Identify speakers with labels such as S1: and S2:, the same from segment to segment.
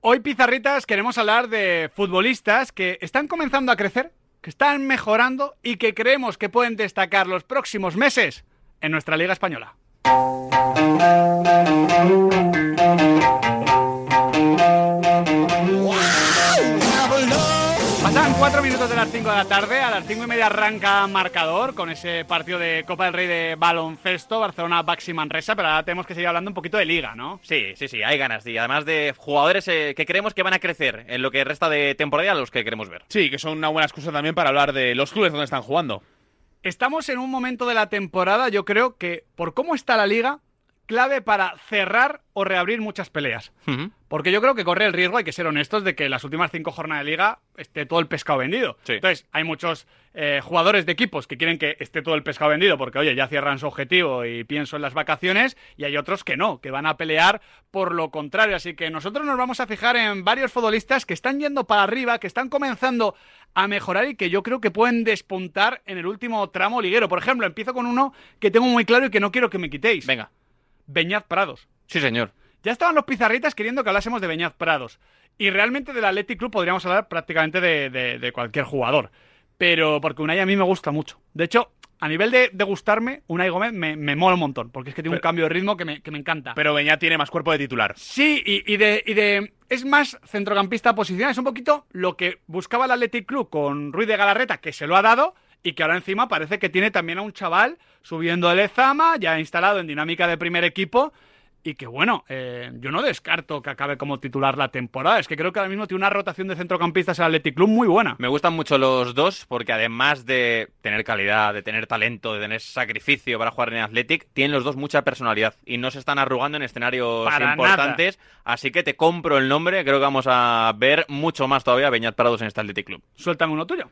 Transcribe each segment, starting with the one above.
S1: Hoy, Pizarritas, queremos hablar de futbolistas que están comenzando a crecer, que están mejorando y que creemos que pueden destacar los próximos meses en nuestra Liga Española. Pasan cuatro minutos de las 5 de la tarde, a las cinco y media arranca marcador con ese partido de Copa del Rey de baloncesto, Barcelona Baxi Manresa, pero ahora tenemos que seguir hablando un poquito de liga, ¿no?
S2: Sí, sí, sí, hay ganas. Y además de jugadores eh, que creemos que van a crecer en lo que resta de temporada, y a los que queremos ver.
S3: Sí, que son una buena excusa también para hablar de los clubes donde están jugando.
S1: Estamos en un momento de la temporada, yo creo que por cómo está la liga, clave para cerrar o reabrir muchas peleas.
S2: Ujú.
S1: Porque yo creo que corre el riesgo, hay que ser honestos, de que las últimas cinco jornadas de liga esté todo el pescado vendido.
S2: Sí.
S1: Entonces, hay muchos eh, jugadores de equipos que quieren que esté todo el pescado vendido porque, oye, ya cierran su objetivo y pienso en las vacaciones, y hay otros que no, que van a pelear por lo contrario. Así que nosotros nos vamos a fijar en varios futbolistas que están yendo para arriba, que están comenzando a mejorar y que yo creo que pueden despuntar en el último tramo liguero. Por ejemplo, empiezo con uno que tengo muy claro y que no quiero que me quitéis.
S2: Venga.
S1: Beñaz Prados.
S2: Sí, señor.
S1: Ya estaban los pizarritas queriendo que hablásemos de Beñaz Prados. Y realmente del Athletic Club podríamos hablar prácticamente de, de- de cualquier jugador. Pero porque Unai a mí me gusta mucho. De hecho, a nivel de, de gustarme, Unai Gómez me, me mola un montón. Porque es que tiene un
S3: Pero-
S1: cambio de ritmo que me, que me encanta.
S3: Pero Beñat tiene más cuerpo de titular.
S1: Sí, y, y de, y de- Es más centrocampista posicional. Es un poquito lo que buscaba el Athletic Club con Ruiz de Galarreta, que se lo ha dado. Y que ahora encima parece que tiene también a un chaval subiendo el Ezama, ya instalado en dinámica de primer equipo. Y que bueno, eh, yo no descarto que acabe como titular la temporada. Es que creo que ahora mismo tiene una rotación de centrocampistas el Athletic Club muy buena.
S2: Me gustan mucho los dos porque además de tener calidad, de tener talento, de tener sacrificio para jugar en el Athletic, tienen los dos mucha personalidad y no se están arrugando en escenarios
S1: Para
S2: importantes. Así que te compro el nombre. Creo que vamos a ver mucho más todavía a Beñat Prados en este Athletic Club.
S1: Suéltame uno tuyo.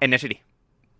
S2: En Nesiri.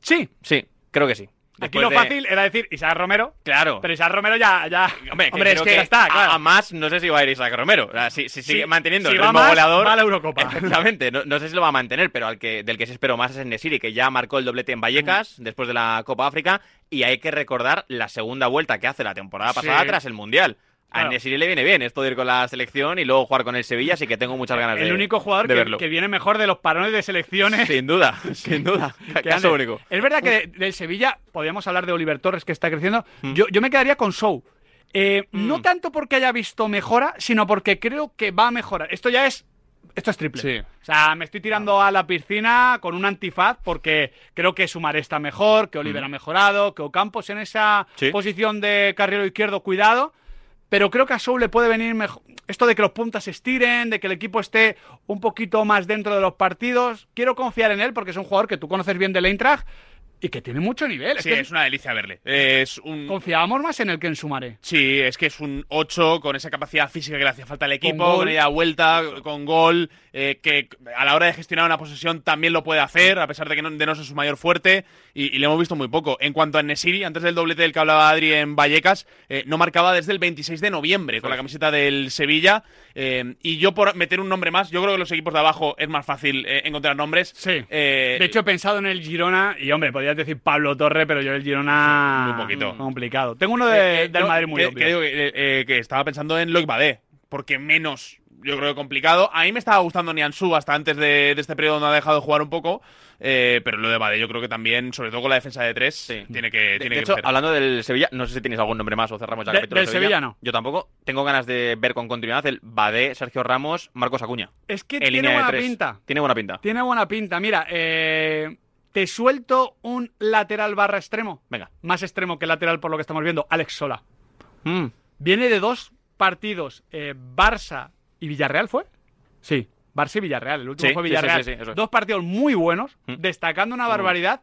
S1: Sí.
S2: Sí, creo que sí.
S1: Aquí
S2: Después
S1: lo
S2: de-
S1: fácil era decir Isaac Romero.
S2: Claro.
S1: Pero Isaac Romero ya. ya...
S2: Hombre, que
S1: es
S2: creo
S1: que, ya está,
S2: a-
S1: claro.
S2: A, más, no sé si va a ir Isaac Romero. O sea, si, si sigue
S1: Sí,
S2: manteniendo
S1: si
S2: el
S1: va
S2: ritmo
S1: más,
S2: goleador.
S1: va a la Eurocopa.
S2: Exactamente. No, no sé si lo va a mantener, pero al que, del que se espero más es en Nesiri, que ya marcó el doblete en Vallecas después de la Copa África. Y hay que recordar la segunda vuelta que hace la temporada pasada
S1: Sí.
S2: tras el Mundial. A
S1: Claro.
S2: Nesiri le viene bien esto de ir con la selección y luego jugar con el Sevilla, así que tengo muchas ganas de
S1: el único jugador
S2: de
S1: que,
S2: verlo.
S1: que viene mejor de los parones de selecciones.
S2: Sin duda, sin duda.
S1: que
S2: Caso
S1: antes.
S2: único.
S1: Es verdad que de- del Sevilla podríamos hablar de Oliver Torres que está creciendo. Yo, yo me quedaría con Show. No
S2: Mm.
S1: tanto porque haya visto mejora, sino porque creo que va a mejorar. Esto ya es. Esto es triple.
S3: Sí.
S1: O sea, me estoy tirando a la piscina con un antifaz porque creo que Sumar está mejor, que Oliver
S2: Mm.
S1: ha mejorado, que Ocampos en esa
S2: Sí.
S1: posición de carrero izquierdo, cuidado. Pero creo que a Sou le puede venir mejor. Esto de que los puntas se estiren, de que el equipo esté un poquito más dentro de los partidos. Quiero confiar en él porque es un jugador que tú conoces bien del Eintracht y que tiene mucho nivel. Es
S3: Sí,
S1: que
S3: es una delicia verle. Es un.
S1: Confiábamos más en él que en Sumaré.
S3: Sí, es que es un 8 con esa capacidad física que le hacía falta al equipo,
S1: gol.
S3: con, ida vuelta, con gol, eh, que a la hora de gestionar una posesión también lo puede hacer, a pesar de que no, de no ser su mayor fuerte, y, y le hemos visto muy poco. En cuanto a Nesiri, antes del doblete del que hablaba Adri en Vallecas, eh, no marcaba desde el 26 de noviembre con la camiseta del Sevilla, eh, y yo por meter un nombre más, yo creo que los equipos de abajo es más fácil eh, encontrar nombres.
S1: Sí.
S3: Eh,
S1: De hecho, he pensado en el Girona y, hombre, podrías decir Pablo Torre, pero yo el Girona.
S3: Un poquito.
S1: Complicado. Tengo uno de-
S3: Eh, eh,
S1: del
S3: yo
S1: Madrid muy
S3: que,
S1: obvio.
S3: que digo que, eh, eh, que estaba pensando en Loic Badé, porque menos, yo creo que complicado. A mí me estaba gustando Niansu hasta antes de, de este periodo donde ha dejado de jugar un poco, eh, pero lo de Badé yo creo que también, sobre todo con la defensa de tres,
S2: Sí.
S3: tiene que,
S2: De,
S3: Eh, tiene
S2: de
S3: que
S2: hecho,
S3: crecer.
S2: hablando del Sevilla, no sé si tienes algún nombre más o cerramos ya el
S1: De-
S2: capítulo
S1: del Sevilla no.
S2: Yo tampoco. Tengo ganas de ver con continuidad el Badé, Sergio Ramos, Marcos Acuña.
S1: Es que
S2: en
S1: tiene
S2: línea de
S1: buena
S2: tres.
S1: pinta.
S2: Tiene buena pinta.
S1: Tiene buena pinta. Mira, eh, te suelto un lateral barra extremo.
S2: Venga.
S1: Más extremo que lateral por lo que estamos viendo. Alex Sola.
S2: Mm.
S1: Viene de dos partidos. eh, Barça y Villarreal, ¿fue? Sí. Barça y Villarreal. El último
S2: Sí,
S1: fue
S2: sí,
S1: Villarreal.
S2: sí, sí, sí, eso es.
S1: Dos partidos muy buenos.
S2: Mm.
S1: Destacando una
S2: Muy bueno.
S1: barbaridad.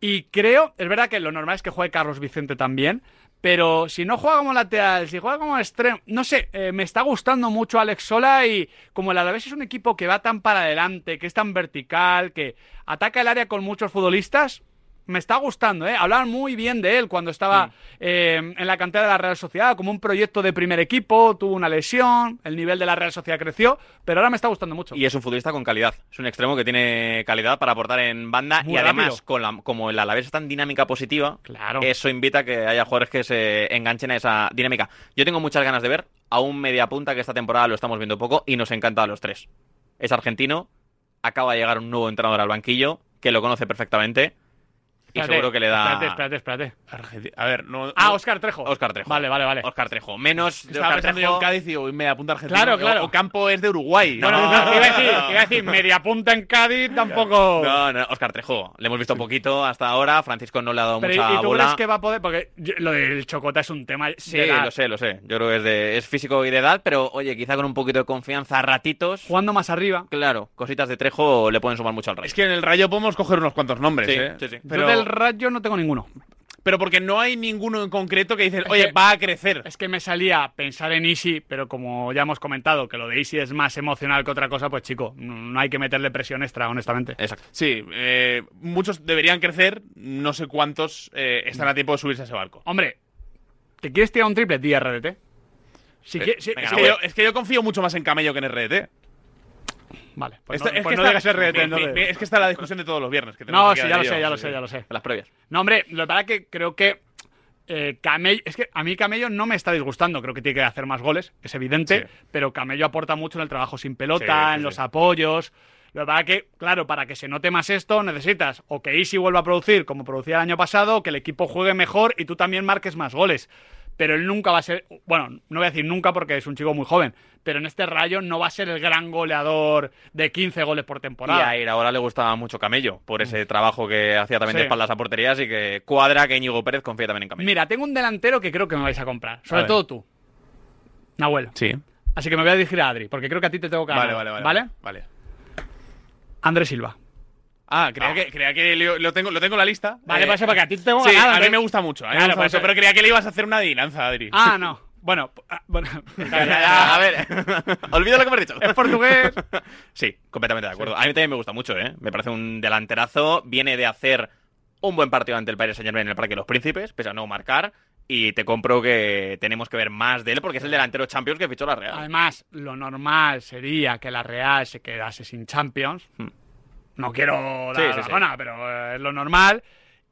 S1: Y creo, es verdad que lo normal es que juegue Carlos Vicente también, pero si no juega como lateral, si juega como extremo, no sé, eh, me está gustando mucho Alex Sola y como el Alavés es un equipo que va tan para adelante, que es tan vertical, que ataca el área con muchos futbolistas, me está gustando, ¿eh? Hablaban muy bien de él cuando estaba eh, en la cantera de la Real Sociedad, como un proyecto de primer equipo, tuvo una lesión, el nivel de la Real Sociedad creció, pero ahora me está gustando mucho.
S2: Y es un futbolista con calidad. Es un extremo que tiene calidad para aportar en banda
S1: Muy
S2: y además,
S1: rápido.
S2: con la- como el Alavés es tan dinámica positiva,
S1: Claro.
S2: eso invita a que haya jugadores que se enganchen a esa dinámica. Yo tengo muchas ganas de ver a un media punta que esta temporada lo estamos viendo poco y nos encanta a los tres. Es argentino, acaba de llegar un nuevo entrenador al banquillo que lo conoce perfectamente y
S1: Espérate,
S2: seguro que le da
S1: Espérate, espérate, espérate.
S3: Argenti- A ver, no.
S1: Ah,
S3: no-
S1: Oscar Trejo.
S2: Óscar Trejo.
S1: Vale, vale, vale.
S2: Óscar Trejo. Menos de
S3: Estaba
S2: Óscar
S3: pensando
S2: Trejo.
S3: yo en Cádiz y digo, uy, media punta argentina.
S1: Claro,
S3: O-
S1: claro.
S3: O Campo es de Uruguay.
S1: Bueno,
S3: No,
S1: iba a decir, iba a decir, media punta en Cádiz tampoco.
S2: No, no, Óscar Trejo. Le hemos visto poquito hasta ahora. Francisco no le ha dado
S1: Pero, ¿y-
S2: mucha
S1: ¿y tú
S2: bola.
S1: crees que va a poder? Porque yo- lo del Chocota es un tema.
S2: Sí,
S1: de edad.
S2: lo sé, lo sé. Yo creo que es, de, es físico y de edad, pero oye, quizá con un poquito de confianza a ratitos.
S1: Jugando más arriba.
S2: Claro, cositas de Trejo le pueden sumar mucho al Rayo.
S3: Es que en el rayo podemos coger unos cuantos nombres,
S2: Sí,
S3: ¿eh?
S2: sí, sí.
S3: Pero,
S1: Yo del Rayo no tengo ninguno.
S3: pero porque no hay ninguno en concreto que dices,
S1: Es
S3: oye,
S1: que-
S3: va a crecer.
S1: Es que me salía a pensar en Easy, pero como ya hemos comentado que lo de Easy es más emocional que otra cosa, pues chico, no no hay que meterle presión extra, honestamente.
S2: Exacto.
S3: Sí, eh, muchos deberían crecer, no sé cuántos eh, están a tiempo de subirse a ese barco.
S1: Hombre, ¿te quieres tirar un triple? Di RDT. Si
S2: Eh,
S1: quie- si-
S2: venga,
S1: es
S3: Es
S1: que
S3: que,
S2: güey.
S3: yo, es que yo confío mucho más en Camello que en RDT.
S1: yo- Vale, ¿eh? pues
S3: Esto-
S1: no,
S3: es
S1: pues
S3: que
S1: no
S3: está-
S1: digas RDT,
S3: mi- mi-
S1: entonces.
S3: mi- es que está la discusión de todos los viernes. que tenemos
S1: No,
S3: aquí
S1: sí,
S3: de
S1: ya lo
S3: ello,
S1: sé, ya lo
S3: sí,
S1: sé,
S3: sí.
S1: ya lo sé.
S2: En las previas.
S1: No, hombre, lo que pasa es que creo que eh, Camello. Es que a mí Camello no me está disgustando. Creo que tiene que hacer más goles, es evidente. Pero Camello aporta mucho en el trabajo sin pelota,
S3: Sí, sí,
S1: en
S3: sí.
S1: los apoyos. Lo que pasa es que, claro, para que se note más esto, necesitas o que Easy vuelva a producir como producía el año pasado, o que el equipo juegue mejor y tú también marques más goles. Pero él nunca va a ser. Bueno, no voy a decir nunca porque es un chico muy joven. Pero en este rayo no va a ser el gran goleador de 15 goles por temporada.
S2: Y a Ir ahora le gustaba mucho Camello por ese trabajo que hacía también de
S1: Sí.
S2: espaldas a porterías y que cuadra que Íñigo Pérez confía también en Camello.
S1: Mira, tengo un delantero que creo que me vais a comprar. Sobre
S3: ver.
S1: todo tú. Nahuel.
S3: Sí.
S1: Así que me voy a dirigir a Adri, porque creo que a ti te tengo que
S3: Vale,
S1: ganar,
S3: vale, vale. Vale.
S1: Andrés Silva.
S3: Ah, creía que, creía que lo, lo tengo, lo tengo en la lista.
S1: Vale,
S3: Eh,
S1: pues eso, porque a ti te tengo
S3: sí,
S1: ganado,
S3: a mí
S1: Andrés.
S3: me gusta mucho. a mí me
S1: Claro,
S3: gusta
S1: pues
S3: mucho,
S1: eso-
S3: pero creía que le ibas a hacer una adivinanza, Adri.
S1: Ah, no. Bueno, p- ah, bueno. Ya, ya, ya.
S2: a ver, olvida lo que me has dicho.
S1: Es portugués.
S2: Sí, completamente de acuerdo. A mí también me gusta mucho, ¿eh? Me parece un delanterazo. Viene de hacer un buen partido ante el Paris Saint Germain en el Parque de los Príncipes, pese a no marcar. Y te compro que tenemos que ver más de él porque es el delantero Champions que fichó la Real.
S1: Además, lo normal sería que la Real se quedase sin Champions.
S2: Hmm.
S1: No quiero dar
S2: Sí,
S1: la
S2: sí, sí.
S1: zona, pero eh, es lo normal.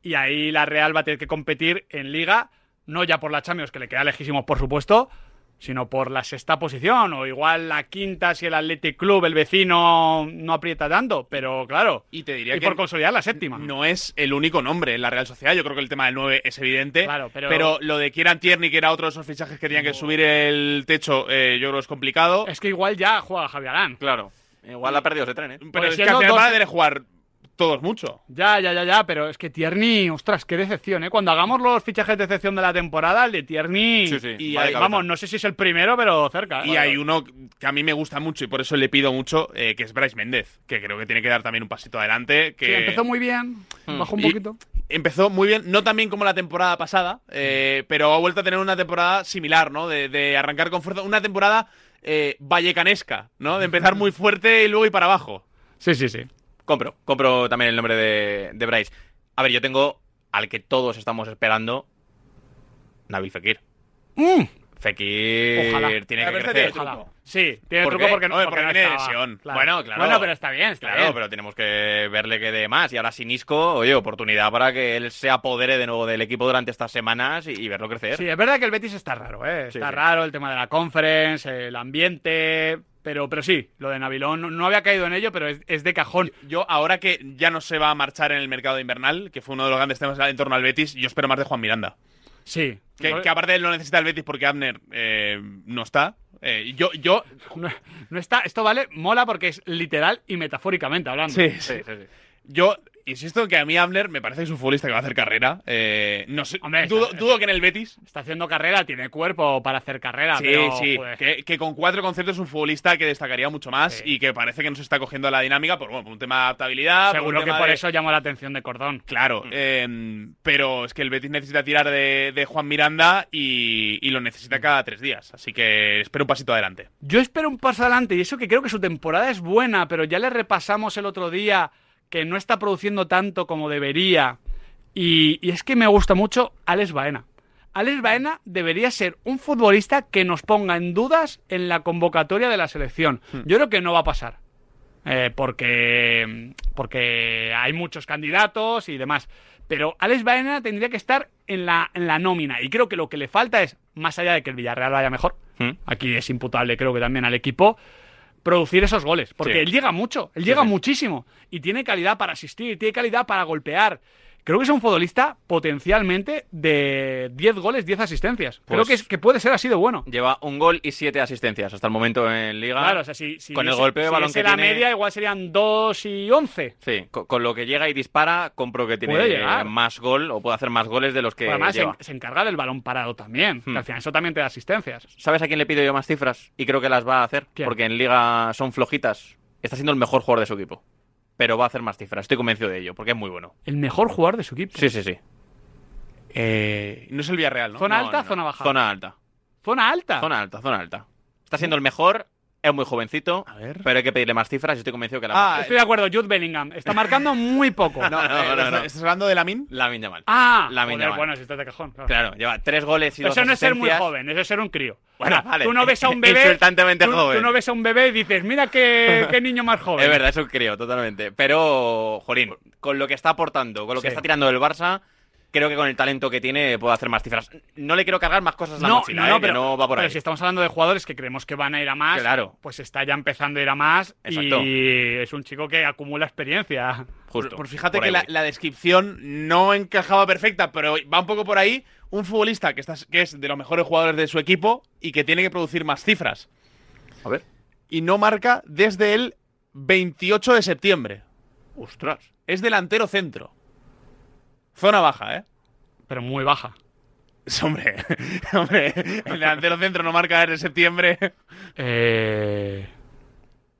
S1: Y ahí la Real va a tener que competir en Liga, no ya por la Champions, que le queda lejísimos, por supuesto, sino por la sexta posición, o igual la quinta si el Athletic Club, el vecino, no aprieta tanto. Pero claro,
S3: Y te diría
S1: y
S3: que
S1: por consolidar la séptima.
S3: no es el único nombre en la Real Sociedad. Yo creo que el tema del 9 es evidente.
S1: Claro, pero-
S3: lo de Kieran Tierney, que era otro de esos fichajes que tenían que subir el techo, eh, yo creo que es complicado.
S1: Es que igual ya juega Javi Arán.
S2: Claro. Igual ha perdido ese tren, ¿eh?
S3: Pero
S1: Pues
S3: es que
S1: siendo
S3: al final
S1: dos-
S3: van a tener que jugar todos mucho.
S1: Ya, ya, ya, ya, pero es que Tierney, ostras, qué decepción, ¿eh? Cuando hagamos los fichajes de decepción de la temporada, el de Tierney.
S2: Sí, sí,
S1: Y
S2: va de
S1: ahí-
S2: cabeza.
S1: vamos, no sé si es el primero, pero cerca. ¿eh?
S3: Y hay uno que a mí me gusta mucho y por eso le pido mucho, eh, que es Bryce Méndez, que creo que tiene que dar también un pasito adelante. Que
S1: Sí, empezó muy bien, bajó un
S3: Y-
S1: poquito.
S3: empezó muy bien, no tan bien como la temporada pasada,
S1: Mm.
S3: eh, pero ha vuelto a tener una temporada similar, ¿no? De, de arrancar con fuerza, una temporada eh, vallecanesca, ¿no? De
S1: Mm.
S3: empezar muy fuerte y luego ir para abajo.
S1: Sí, sí, sí.
S2: Compro, compro también el nombre de, de Bryce. A ver, yo tengo al que todos estamos esperando, Nabil Fekir.
S1: Mm,
S2: Fekir
S1: Ojalá.
S2: tiene
S3: A
S2: que
S3: ver,
S2: crecer.
S3: Truco.
S1: ojalá. Sí, tiene
S2: Eh, ¿Por
S1: truco
S2: qué?
S1: porque no,
S3: Hombre,
S1: porque
S3: porque
S1: no
S3: viene de
S1: estaba.
S3: lesión.
S2: Bueno, claro.
S1: Bueno, pero está bien, está
S2: Claro,
S1: bien.
S2: pero tenemos que verle que dé más. Y ahora sin Isco, oye, oportunidad para que él se apodere de nuevo del equipo durante estas semanas y, y verlo crecer.
S1: Sí, es verdad que el Betis está raro, ¿eh?
S2: Sí,
S1: Está
S2: sí.
S1: raro el tema de la conference, el ambiente. Pero, pero sí, lo de Nabilón no, no había caído en ello, pero es, es de cajón.
S3: Yo, ahora que ya no se va a marchar en el mercado invernal, que fue uno de los grandes temas en torno al Betis, yo espero más de Juan Miranda.
S1: Sí.
S3: Que,
S1: No-
S3: que aparte él lo necesita el Betis porque Abner eh, no está. Eh, yo, yo,
S1: No, no está, esto vale, mola porque es literal y metafóricamente hablando.
S3: Sí, sí, yo insisto en que a mí Abner me parece que es un futbolista que va a hacer carrera. Eh, no sé,
S1: Hombre,
S3: dudo,
S1: está-
S3: dudo que en el Betis.
S1: Está haciendo carrera, tiene cuerpo para hacer carrera,
S3: Sí,
S1: Ah, pero, pues,
S3: sí.
S1: joder,
S3: Que, que con cuatro conceptos es un futbolista que destacaría mucho más
S1: Sí.
S3: y que parece que no se está cogiendo la dinámica por, bueno, por un tema de adaptabilidad. por un
S1: seguro que
S3: tema
S1: por
S3: de-
S1: eso llamó la atención de Cordón.
S3: Claro,
S2: Mm.
S3: eh, pero es que el Betis necesita tirar de, de Juan Miranda y, y lo
S2: Mm.
S3: necesita cada tres días. Así que espero un pasito adelante.
S1: Yo espero un paso adelante y eso que creo que su temporada es buena, pero ya le repasamos el otro día que no está produciendo tanto como debería, Y, y es que me gusta mucho Alex Baena. Alex Baena debería ser un futbolista que nos ponga en dudas en la convocatoria de la selección. Yo creo que no va a pasar. eh, porque, porque hay muchos candidatos y demás. Pero Alex Baena tendría que estar en la, en la nómina. Y creo que lo que le falta es, más allá de que el Villarreal vaya mejor,
S2: ¿Mm?
S1: aquí es imputable creo que también al equipo, producir esos goles. Porque
S3: Sí.
S1: él llega mucho, él llega
S2: sí.
S1: muchísimo. Y tiene calidad para asistir, tiene calidad para golpear. Creo que es un futbolista potencialmente de 10 goles, 10 asistencias. creo
S2: Pues-
S1: que, es- que puede ser así de bueno.
S2: Lleva un gol y siete asistencias hasta el momento en Liga.
S1: Claro, o sea, si, si
S2: Con el
S1: diese-
S2: golpe de
S1: si
S2: balón
S1: diese
S2: que
S1: la
S2: tiene-
S1: media igual serían 2 y 11.
S2: Sí, co- con, lo que llega y dispara, compro que tiene
S1: Puede llegar.
S2: más gol o puede hacer más goles de los que
S1: Además, se,
S2: lleva.
S1: se encarga del balón parado también. que
S2: Hmm.
S1: al final eso también te da asistencias.
S2: ¿Sabes a quién le pido yo más cifras? Y creo que las va a hacer,
S1: ¿Quién?
S2: porque en Liga son flojitas. Está siendo el mejor jugador de su equipo. Pero va a hacer más cifras, estoy convencido de ello, porque es muy bueno.
S1: El mejor jugador de su equipo.
S2: Sí, sí, sí.
S3: Eh, no es el Villarreal, ¿no?
S1: Zona
S3: No,
S1: alta,
S3: no.
S1: zona baja. Ah.
S2: Zona alta,
S1: Zona alta.
S2: zona alta, zona alta. Está siendo el mejor, es muy jovencito,
S3: A ver.
S2: pero hay que pedirle más cifras y estoy convencido que la
S3: Ah,
S1: Estoy de acuerdo, Jude Bellingham. Está marcando muy poco.
S3: No,
S2: No,
S3: eh,
S2: no, no,
S3: ¿estás-
S2: no.
S3: ¿Estás hablando de Lamin?
S2: La Lamine Yamal.
S1: Ah,
S2: Lamine
S1: joder,
S2: Yamal.
S1: bueno, si estás de cajón. claro.
S2: Claro, lleva tres goles y
S1: Pero
S2: dos
S1: eso no es ser muy
S2: asistencias.
S1: joven, eso es ser un crío.
S2: Bueno,
S1: O sea,
S2: vale.
S1: Tú no ves a un bebé.
S2: Insultantemente
S1: tú-
S2: joven.
S1: Tú no ves a un bebé y dices, mira qué, qué niño más joven.
S2: Es verdad, eso creo, totalmente. Pero, Jorín, con lo que está aportando, con lo que
S1: Sí.
S2: está tirando el Barça, creo que con el talento que tiene puede hacer más cifras. No le quiero cargar más cosas a la
S1: No,
S2: mochila,
S1: no,
S2: ¿eh?
S1: no,
S2: que
S1: pero,
S2: no va por
S1: pero
S2: ahí.
S1: si estamos hablando de jugadores que creemos que van a ir a más,
S2: Claro.
S1: pues está ya empezando a ir a más
S2: Exacto.
S1: y es un chico que acumula experiencia.
S2: Justo.
S3: Por- Por Pues fíjate
S2: por ahí
S3: que la,
S2: voy.
S3: la descripción no encajaba perfecta, pero va un poco por ahí. Un futbolista que, está, que es de los mejores jugadores de su equipo y que tiene que producir más cifras.
S2: A ver.
S3: Y no marca desde el 28 de septiembre.
S2: Ostras.
S3: Es delantero centro. Zona baja, ¿eh?
S1: Pero muy baja.
S3: Sí, Hombre, hombre, el delantero centro no marca desde septiembre.
S1: Eh,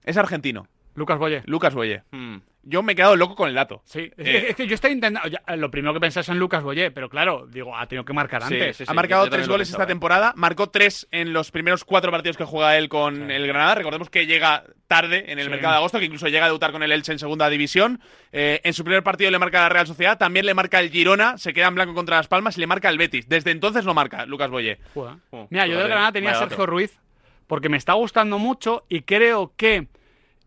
S3: Es argentino,
S1: Lucas Boye.
S3: Lucas Boye.
S2: Hmm.
S3: Yo me he quedado loco con el dato.
S1: Sí, es,
S3: Eh.
S1: que, es que yo estaba intentando. ya, lo primero que pensé es en Lucas Boye, pero claro, digo, ha tenido que marcar
S2: Sí,
S1: antes.
S2: sí, sí.
S3: ha marcado
S2: yo también
S3: tres
S2: lo
S3: goles
S2: pensaba,
S3: esta
S2: ¿eh?
S3: temporada, marcó tres en los primeros cuatro partidos que juega él con el Granada. Recordemos que llega tarde en el
S1: Sí.
S3: mercado de agosto, que incluso llega a debutar con el Elche en segunda división. Eh, en su primer partido le marca la Real Sociedad, también le marca el Girona, se queda en blanco contra Las Palmas y le marca el Betis. Desde entonces no marca Lucas Boye.
S1: Joder.
S2: Oh,
S1: Mira, yo de
S2: vale.
S1: Granada tenía a
S2: Vaya
S1: Sergio
S2: dato.
S1: Ruiz porque me está gustando mucho y creo que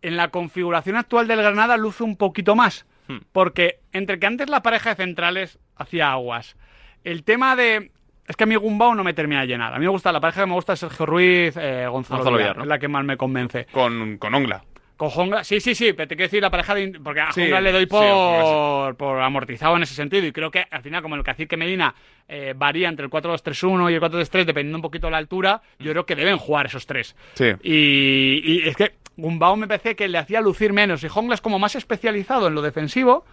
S1: en la configuración actual del Granada luce un poquito más.
S2: Hmm.
S1: Porque entre que antes la pareja de centrales hacía aguas, el tema de... Es que a mí Gumbau no me termina de llenar. A mí me gusta la pareja que me gusta es Sergio Ruiz, eh, Gonzalo, Villar,
S2: Gonzalo Villar, ¿no?
S1: es la que más me convence.
S3: Con, con Ongla.
S1: Con Jonga, sí, sí, sí, pero te quiero decir la pareja de in- porque a
S3: Sí,
S1: Jonga le doy
S3: sí, a Jonga sí.
S1: por, por amortizado en ese sentido y creo que al final como el cacique Medina eh, varía entre el 4-2-3-1 y el 4-3-3 dependiendo un poquito de la altura,
S3: Mm.
S1: yo creo que deben jugar esos tres.
S3: Sí.
S1: Y, y es que Gumbao me parece que le hacía lucir menos y Jonga es como más especializado en lo defensivo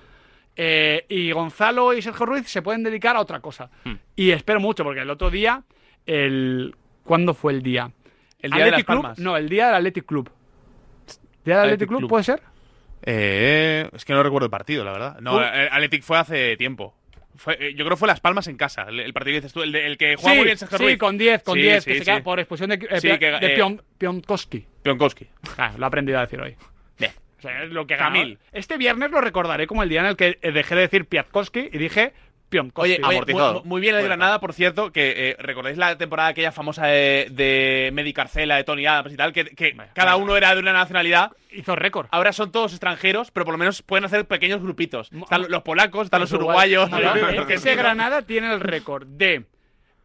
S1: eh, y Gonzalo y Sergio Ruiz se pueden dedicar a otra cosa.
S3: Hmm.
S1: Y espero mucho porque el otro día, el ¿cuándo fue el día?
S3: El día de las
S1: Athletic Club,
S3: Palmas.
S1: No, el día del Athletic Club. ¿Día del
S3: Athletic
S1: Athletic Club,
S3: Club.
S1: puede ser?
S3: Eh, es que no recuerdo el partido, la verdad. No,
S1: Uh.
S3: el Athletic fue hace tiempo. Fue- eh, yo creo que fue Las Palmas en casa, el, el partido que dices tú, el, de- el que juega
S1: sí,
S3: muy bien Sergio
S1: sí,
S3: Ruiz.
S1: con 10, con
S3: Sí,
S1: 10,
S3: sí,
S1: que se
S3: sí.
S1: queda por expulsión de, eh,
S3: Sí,
S1: Pio-
S3: que,
S1: de
S3: eh,
S1: Pion- Pionkowski.
S3: Pionkowski.
S1: Ah, lo he aprendido a decir hoy. O sea, es lo que ganó.
S3: Camil.
S1: Este viernes lo recordaré como el día en el que eh, dejé de decir Piatkowski y dije Pionkowski.
S3: Oye, oye,
S2: amortizado.
S3: mu- mu- muy, bien el
S2: Bueno.
S3: Granada, por cierto, que eh, recordáis la temporada aquella famosa de, de Medicarcela, de Tony Adams y tal, que, que
S1: Vale,
S3: cada
S1: vale.
S3: uno era de una nacionalidad.
S1: hizo récord.
S3: Ahora son todos extranjeros, pero por lo menos pueden hacer pequeños grupitos.
S1: Mo-
S3: Están lo- los polacos, están los
S1: Uruguay.
S3: uruguayos.
S1: Ahora, eh, Ese Granada tiene el récord de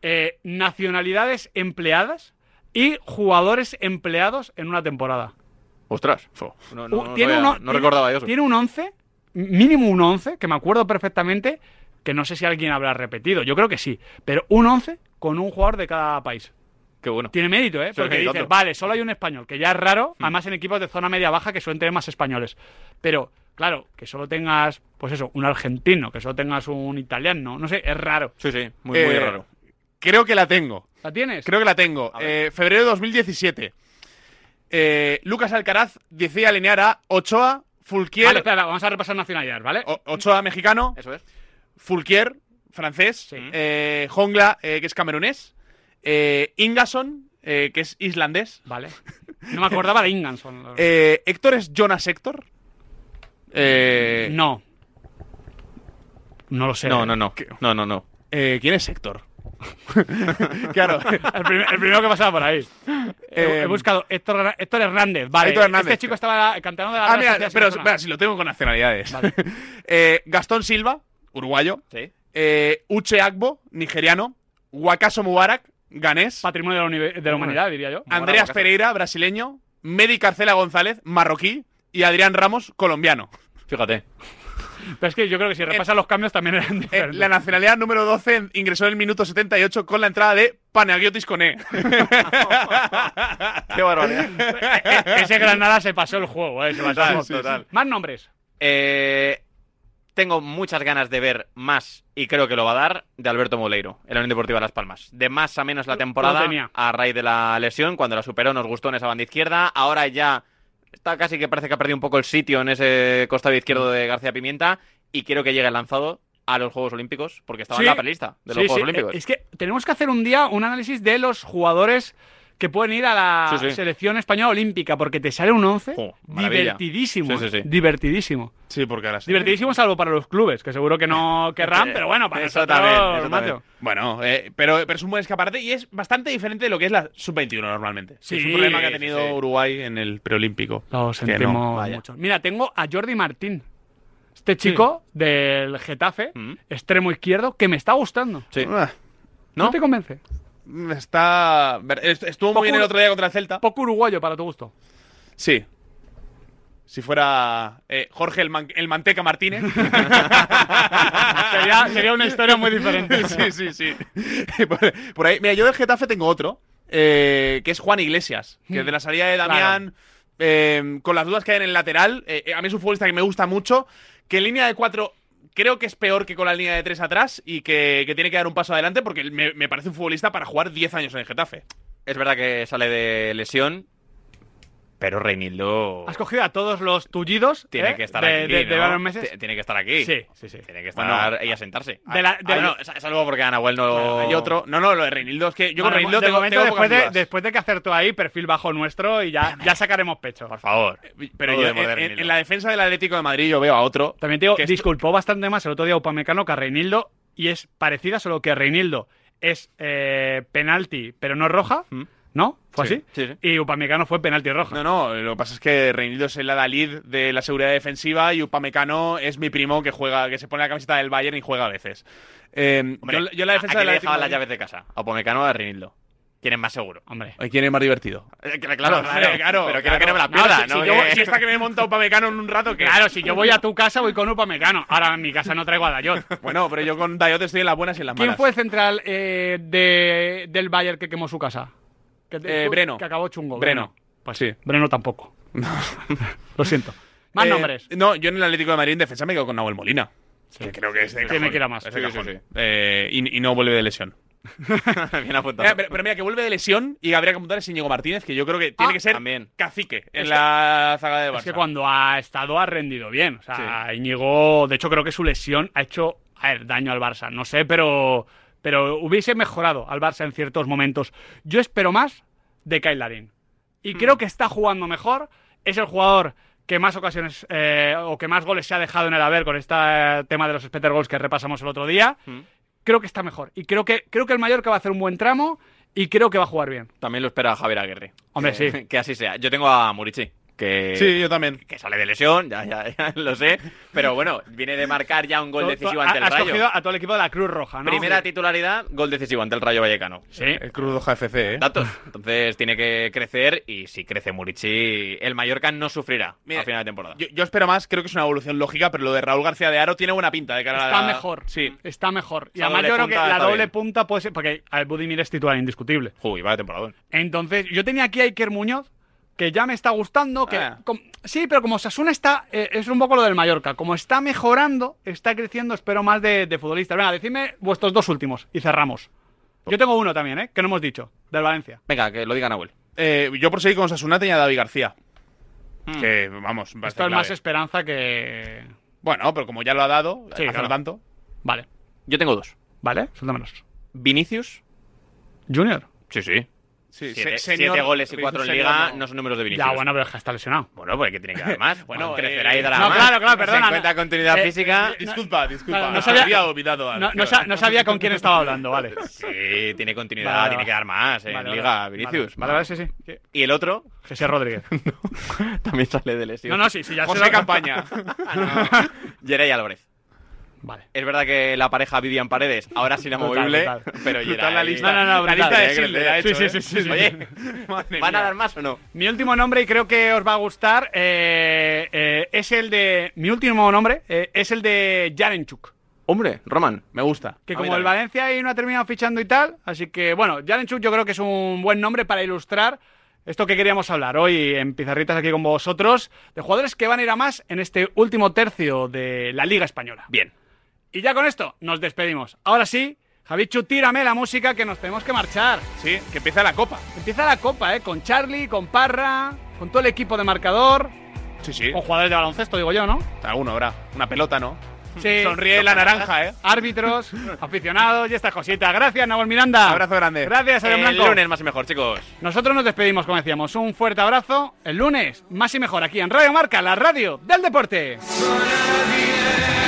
S1: eh, nacionalidades empleadas y jugadores empleados en una temporada.
S2: Ostras. No, no,
S1: Un-
S2: no
S1: Uh, tiene
S2: había-
S1: uno-
S2: no
S1: tiene-
S2: recordaba yo eso.
S1: Tiene un 11, mínimo un 11, que me acuerdo perfectamente, que no sé si alguien habrá repetido, yo creo que sí, pero un 11 con un jugador de cada país.
S2: Qué bueno.
S1: Tiene mérito, ¿eh?
S2: Sí,
S1: Porque
S2: sí,
S1: dices,
S2: tanto.
S1: vale, solo hay un español, que ya es raro,
S3: Mm.
S1: además en equipos de zona media-baja que suelen tener más españoles. Pero, claro, que solo tengas, pues eso, un argentino, que solo tengas un italiano, no sé, es raro.
S2: Sí, sí, muy, muy
S3: Eh,
S2: raro.
S3: Creo que la tengo.
S1: ¿La tienes?
S3: Creo que la tengo.
S2: A ver.
S3: Eh, febrero de 2017. Eh, Lucas Alcaraz decide alinear a Ochoa, Fulquier,
S1: Vale, Ah, espera, vamos a repasar nacionalidades, ¿vale?
S3: O- Ochoa mexicano,
S2: Eso es.
S3: Fulquier, francés,
S1: Sí.
S3: eh, Jongla, eh, que es camerunés, eh, Ingason, eh, que es islandés,
S1: Vale. No me acordaba de Inganson.
S3: eh, Héctor es Jonas Héctor. eh,
S1: no. No lo sé.
S2: No, no, no. No, no, no.
S3: Eh, ¿Quién es Héctor? claro.
S1: El, prim- el primero que pasaba por ahí. He- he
S3: Eh,
S1: buscado Héctor, Héctor Hernández. Vale,
S3: Héctor Hernández.
S1: este chico estaba cantando de la
S3: Ah, mira,
S1: Real Sociedad
S3: pero
S1: Osasuna.
S3: espera, si lo tengo con nacionalidades.
S1: Vale.
S3: Eh, Gastón Silva, uruguayo.
S2: Sí.
S3: Eh, Uche Agbo, nigeriano. Wakaso Mubarak, ganés.
S1: Patrimonio de la, unive- de la humanidad, diría yo.
S2: Mubarak,
S3: Andreas
S2: Wakaso.
S3: Pereira, brasileño. Medi Carcela González, marroquí. Y Adrián Ramos, colombiano.
S2: Fíjate.
S1: Pero es que yo creo que si repasas los cambios también eran
S3: Eh,
S1: diferentes.
S3: la nacionalidad número 12 ingresó en el minuto 78 con la entrada de E. Panagiotis Coné.
S2: Qué barbaridad.
S1: E-, Ese Granada se pasó el juego, eh, se pasó el
S2: Total,
S1: juego.
S2: total.
S1: Más nombres.
S2: Eh, tengo muchas ganas de ver más, y creo que lo va a dar, de Alberto Moleiro, en la Unión Deportiva Las Palmas. De más a menos la temporada,
S1: tenía.
S2: a raíz de la lesión, cuando la superó nos gustó en esa banda izquierda, ahora ya está casi que parece que ha perdido un poco el sitio en ese costado
S1: Mm.
S2: izquierdo de García Pimienta, y quiero que llegue lanzado a los Juegos Olímpicos, porque estaba
S1: Sí.
S2: en la prelista de los
S1: Sí,
S2: Juegos
S1: sí,
S2: Olímpicos.
S1: eh, Es que tenemos que hacer un día un análisis de los jugadores que pueden ir a la
S2: Sí, sí.
S1: selección española olímpica, porque te sale un 11
S2: Jo, maravilla.
S1: divertidísimo.
S2: Sí, sí, sí.
S1: Divertidísimo.
S3: Sí, porque ahora sí.
S1: Divertidísimo salvo para los clubes, que seguro que no querrán, pero bueno, para
S2: Eso
S1: nosotros,
S2: también, eso
S1: macho.
S2: también.
S3: Bueno, eh, pero, pero es un buen escaparate y es bastante diferente de lo que es la sub-21 normalmente.
S1: Sí,
S3: es un problema que ha tenido
S2: sí, sí.
S3: Uruguay en el preolímpico.
S1: Lo
S3: Que
S1: sentimos
S3: no.
S2: vaya.
S1: mucho. Mira, tengo a Jordi Martín. Este chico del Getafe,
S2: Mm.
S1: extremo izquierdo, que me está gustando.
S2: Sí.
S3: Ah,
S1: ¿No,
S2: ¿No?
S1: te convence?
S3: Está. ver, est- Estuvo
S1: Poco-
S3: muy bien el otro día contra el Celta.
S1: Poco uruguayo para tu gusto.
S3: Sí. Si fuera eh, Jorge el, Man- el Manteca Martínez.
S1: sería, sería una historia muy diferente.
S3: sí, sí, sí. Por, por ahí. Mira, yo del Getafe tengo otro, eh, que es Juan Iglesias, que de la salida de Damián, eh, con las dudas que hay en el lateral, eh, eh, a mí es un futbolista que me gusta mucho, que en línea de cuatro creo que es peor que con la línea de tres atrás y que, que tiene que dar un paso adelante porque me, me parece un futbolista para jugar 10 años en el Getafe.
S2: Es verdad que sale de lesión, pero Reinildo
S1: Has cogido a todos los tullidos
S2: tiene
S1: ¿eh?
S2: que estar
S1: de,
S2: aquí.
S1: de- de
S2: ¿no?
S1: varios meses.
S2: T- Tiene que estar aquí.
S1: Sí, sí, sí.
S2: Tiene que estar
S3: Bueno,
S2: y asentarse.
S1: de la- de la-
S2: Ah, bueno, sa- salvo porque Anahuel no lo...
S3: Hay otro. No, no, lo de Reinildo es que
S1: Bueno,
S3: yo con Reinildo
S1: de
S3: tengo,
S1: momento,
S3: tengo
S1: después,
S3: pocas
S1: de,
S3: dudas.
S1: después de que acertó ahí, perfil bajo nuestro y ya, ya sacaremos pecho.
S2: Por favor.
S3: Pero
S2: No
S3: yo, en,
S2: dudemos de
S3: en-
S2: Reinildo.
S3: en la defensa del Atlético de Madrid yo veo a otro.
S1: También te digo,
S3: que esto-
S1: disculpó bastante más el otro día Upamecano que a Reinildo y es parecida, solo que Reinildo es eh, penalti, pero no roja,
S2: Mm.
S1: ¿no? ¿Fue
S3: Sí,
S1: así?
S2: sí, sí.
S1: Y Upamecano fue penalti roja.
S3: No, no, lo que pasa es que Reinildo es el adalid de la seguridad defensiva y Upamecano es mi primo que juega, que se pone la camiseta del Bayern y juega a veces. Eh,
S2: Hombre,
S3: yo, yo la defensa
S2: ¿a
S3: del
S2: quién le dejaba
S3: Atlético de
S2: las
S3: Madrid-
S2: llaves de casa? ¿A Pomecano o a Reinildo? ¿Quién es más seguro?
S1: Hombre.
S3: Ay, ¿Quién es más divertido?
S2: Eh, Claro, claro.
S3: Hombre, claro,
S2: pero quiero
S3: claro.
S2: que no me la pierda,
S3: si,
S2: ¿no?
S3: si yo-
S2: Que-
S3: si esta que me he montado Upamecano en un rato, que
S1: Claro, si yo voy a tu casa, voy con Upamecano. Ahora en mi casa no traigo a Dayot.
S3: Bueno, pero yo con Dayot estoy en las buenas y en las
S1: ¿Quién
S3: malas.
S1: fue el central eh, de, del Bayern que quemó su casa? Que,
S3: Eh, Breno.
S1: Que acabó chungo.
S3: Breno. Eh,
S1: Pues
S3: Sí.
S1: Breno tampoco. Lo siento. Más
S3: Eh,
S1: nombres.
S3: No, yo en el Atlético de Madrid en defensa me quedo con Nahuel Molina. Que creo que es de
S1: Tiene
S3: cajón.
S1: que ir a más.
S3: Es de
S1: Sí, sí,
S3: cajón. Eh, y, y no vuelve de lesión.
S2: Bien apuntado.
S3: Mira, Eh, pero, pero mira, que vuelve de lesión y habría que apuntar a Íñigo Martínez, que yo creo que tiene
S1: Ah,
S3: que ser
S2: también.
S3: cacique en
S1: Es
S3: la zaga de Barça.
S1: Es que cuando ha estado ha rendido bien. O sea, Íñigo, de hecho creo que su lesión ha hecho a ver, daño al Barça. No sé, pero, pero hubiese mejorado al Barça en ciertos momentos. Yo espero más de Kyle Larin.
S2: Hmm.
S1: Y creo que está jugando mejor. Es el jugador que más ocasiones eh, o que más goles se ha dejado en el haber con este eh, tema de los Spetter Goals que repasamos el otro día.
S2: Mm.
S1: Creo que está mejor. Y creo que, creo que el Mallorca va a hacer un buen tramo y creo que va a jugar bien.
S2: También lo espera Javier Aguirre.
S1: Hombre,
S2: Que-
S1: sí.
S2: Que así sea. Yo tengo a Murici, que...
S1: Eh,
S3: Sí, yo también.
S2: Que sale de lesión, ya, ya, ya lo sé. Pero bueno, viene de marcar ya un gol
S1: Tú- tú
S2: decisivo
S1: ha-
S2: ante el
S1: has
S2: Rayo.
S1: cogido a todo el equipo de la Cruz Roja, ¿no?
S2: Primera titularidad, gol decisivo ante el Rayo Vallecano.
S1: Sí.
S3: El Cruz Roja FC, ¿eh?
S2: datos. Entonces tiene que crecer y si crece Murici, el Mallorca no sufrirá
S3: Mira,
S2: a final de temporada.
S3: Yo, yo espero más, creo que es una evolución lógica, pero lo de Raúl García de Aro tiene buena pinta de cara a
S1: Está
S3: la-
S1: mejor.
S3: Sí.
S1: Está mejor. Y
S2: Esa
S1: además
S2: doble
S1: yo creo que
S2: punta
S1: la
S2: está
S1: doble
S2: bien.
S1: punta puede ser. Porque el Budimir es titular indiscutible.
S2: Uy, vaya temporada.
S1: Entonces, yo tenía aquí a Iker Muñoz, que ya me está gustando. Que,
S3: Ah.
S1: com- sí, pero como Sasuna está. eh, es un poco lo del Mallorca. Como está mejorando, está creciendo, espero más de, de futbolistas. Venga, decidme vuestros dos últimos y cerramos. Yo tengo uno también, ¿eh? Que no hemos dicho. Del Valencia.
S2: Venga, que lo diga Nahuel.
S3: Eh, yo por seguir con Sasuna tenía a David García.
S2: Mm.
S3: Que, vamos, va a
S1: Hmm. Esto
S3: ser
S1: es más
S3: clave.
S1: esperanza que.
S3: Bueno, pero como ya lo ha dado,
S1: Sí,
S3: hace
S1: claro.
S3: no tanto.
S1: Vale.
S2: Yo tengo dos.
S1: Vale, suéltamelos.
S2: Vinicius.
S1: Junior.
S2: Sí, sí.
S3: Sí,
S2: Siete,
S3: se-
S2: siete
S3: senior-
S2: goles y cuatro en
S3: Vinicius
S2: liga
S3: Senior
S2: no.
S3: no.
S2: son números de Vinicius.
S1: Ya, bueno, pero es que está lesionado.
S2: Bueno, porque tiene que haber más.
S3: Bueno,
S2: bueno, crecerá
S3: eh,
S2: y dará
S1: no,
S2: más.
S1: claro, claro, perdona,
S2: Se encuentra
S1: no.
S2: continuidad
S1: Eh,
S2: física.
S3: Disculpa, disculpa.
S1: no
S3: me
S1: sabía-
S3: había olvidado.
S1: No, no sa- no sabía con quién estaba hablando, vale.
S2: Sí, tiene continuidad,
S1: Vale,
S2: tiene
S1: vale.
S2: que dar más en
S1: Vale,
S2: liga,
S1: vale.
S2: Vinicius.
S1: Vale, vale, sí, sí. Que-
S2: Y el otro
S1: Que sea Rodríguez.
S2: también sale de
S1: No,
S2: lesión.
S1: no, sí, sí, ya
S3: José
S1: sé-
S3: Campaña.
S1: Ah,
S2: Yeray Álvarez.
S1: Vale.
S2: Es verdad que la pareja Vivian Paredes ahora es inamovible,
S1: Total, total.
S2: pero
S3: Total,
S2: Yeray-
S3: la lista.
S1: No, no, no,
S3: la
S1: brutal.
S3: lista de
S1: Sí,
S3: Schindler ha
S1: sí,
S3: hecho,
S1: sí,
S3: ¿eh?
S1: sí, sí.
S2: Oye,
S3: Madre
S2: ¿van a
S3: mía.
S2: dar más o no?
S1: Mi último nombre, y creo que os va a gustar, eh, eh, es el de. Mi último nombre eh, es el de Jarenchuk.
S2: Hombre, Roman.
S3: Me gusta.
S1: Que
S2: A mí
S1: como el
S2: también.
S1: Valencia ahí no ha terminado fichando y tal, así que bueno, Jarenchuk yo creo que es un buen nombre para ilustrar esto que queríamos hablar hoy en Pizarritas aquí con vosotros, de jugadores que van a ir a más en este último tercio de la Liga Española.
S2: Bien.
S1: Y ya con esto nos despedimos. Ahora sí, Javichu, tírame la música que nos tenemos que marchar.
S3: Sí, que empieza la copa.
S1: Empieza la copa, ¿eh? Con Charlie, con Parra, con todo el equipo de marcador,
S3: Sí, sí.
S1: con jugadores de baloncesto, digo yo, ¿no?
S3: Alguno habrá. Una pelota, ¿no?
S1: Sí.
S3: Sonríe la naranja, ¿eh?
S1: Árbitros, aficionados y estas cositas. Gracias, Nahuel Miranda.
S3: Abrazo grande.
S1: Gracias, Adrián
S2: El
S1: Blanco.
S2: lunes más y mejor, chicos.
S1: Nosotros nos despedimos, como decíamos. Un fuerte abrazo. El lunes, más y mejor, aquí en Radio Marca, la radio del deporte.
S4: gonna be end.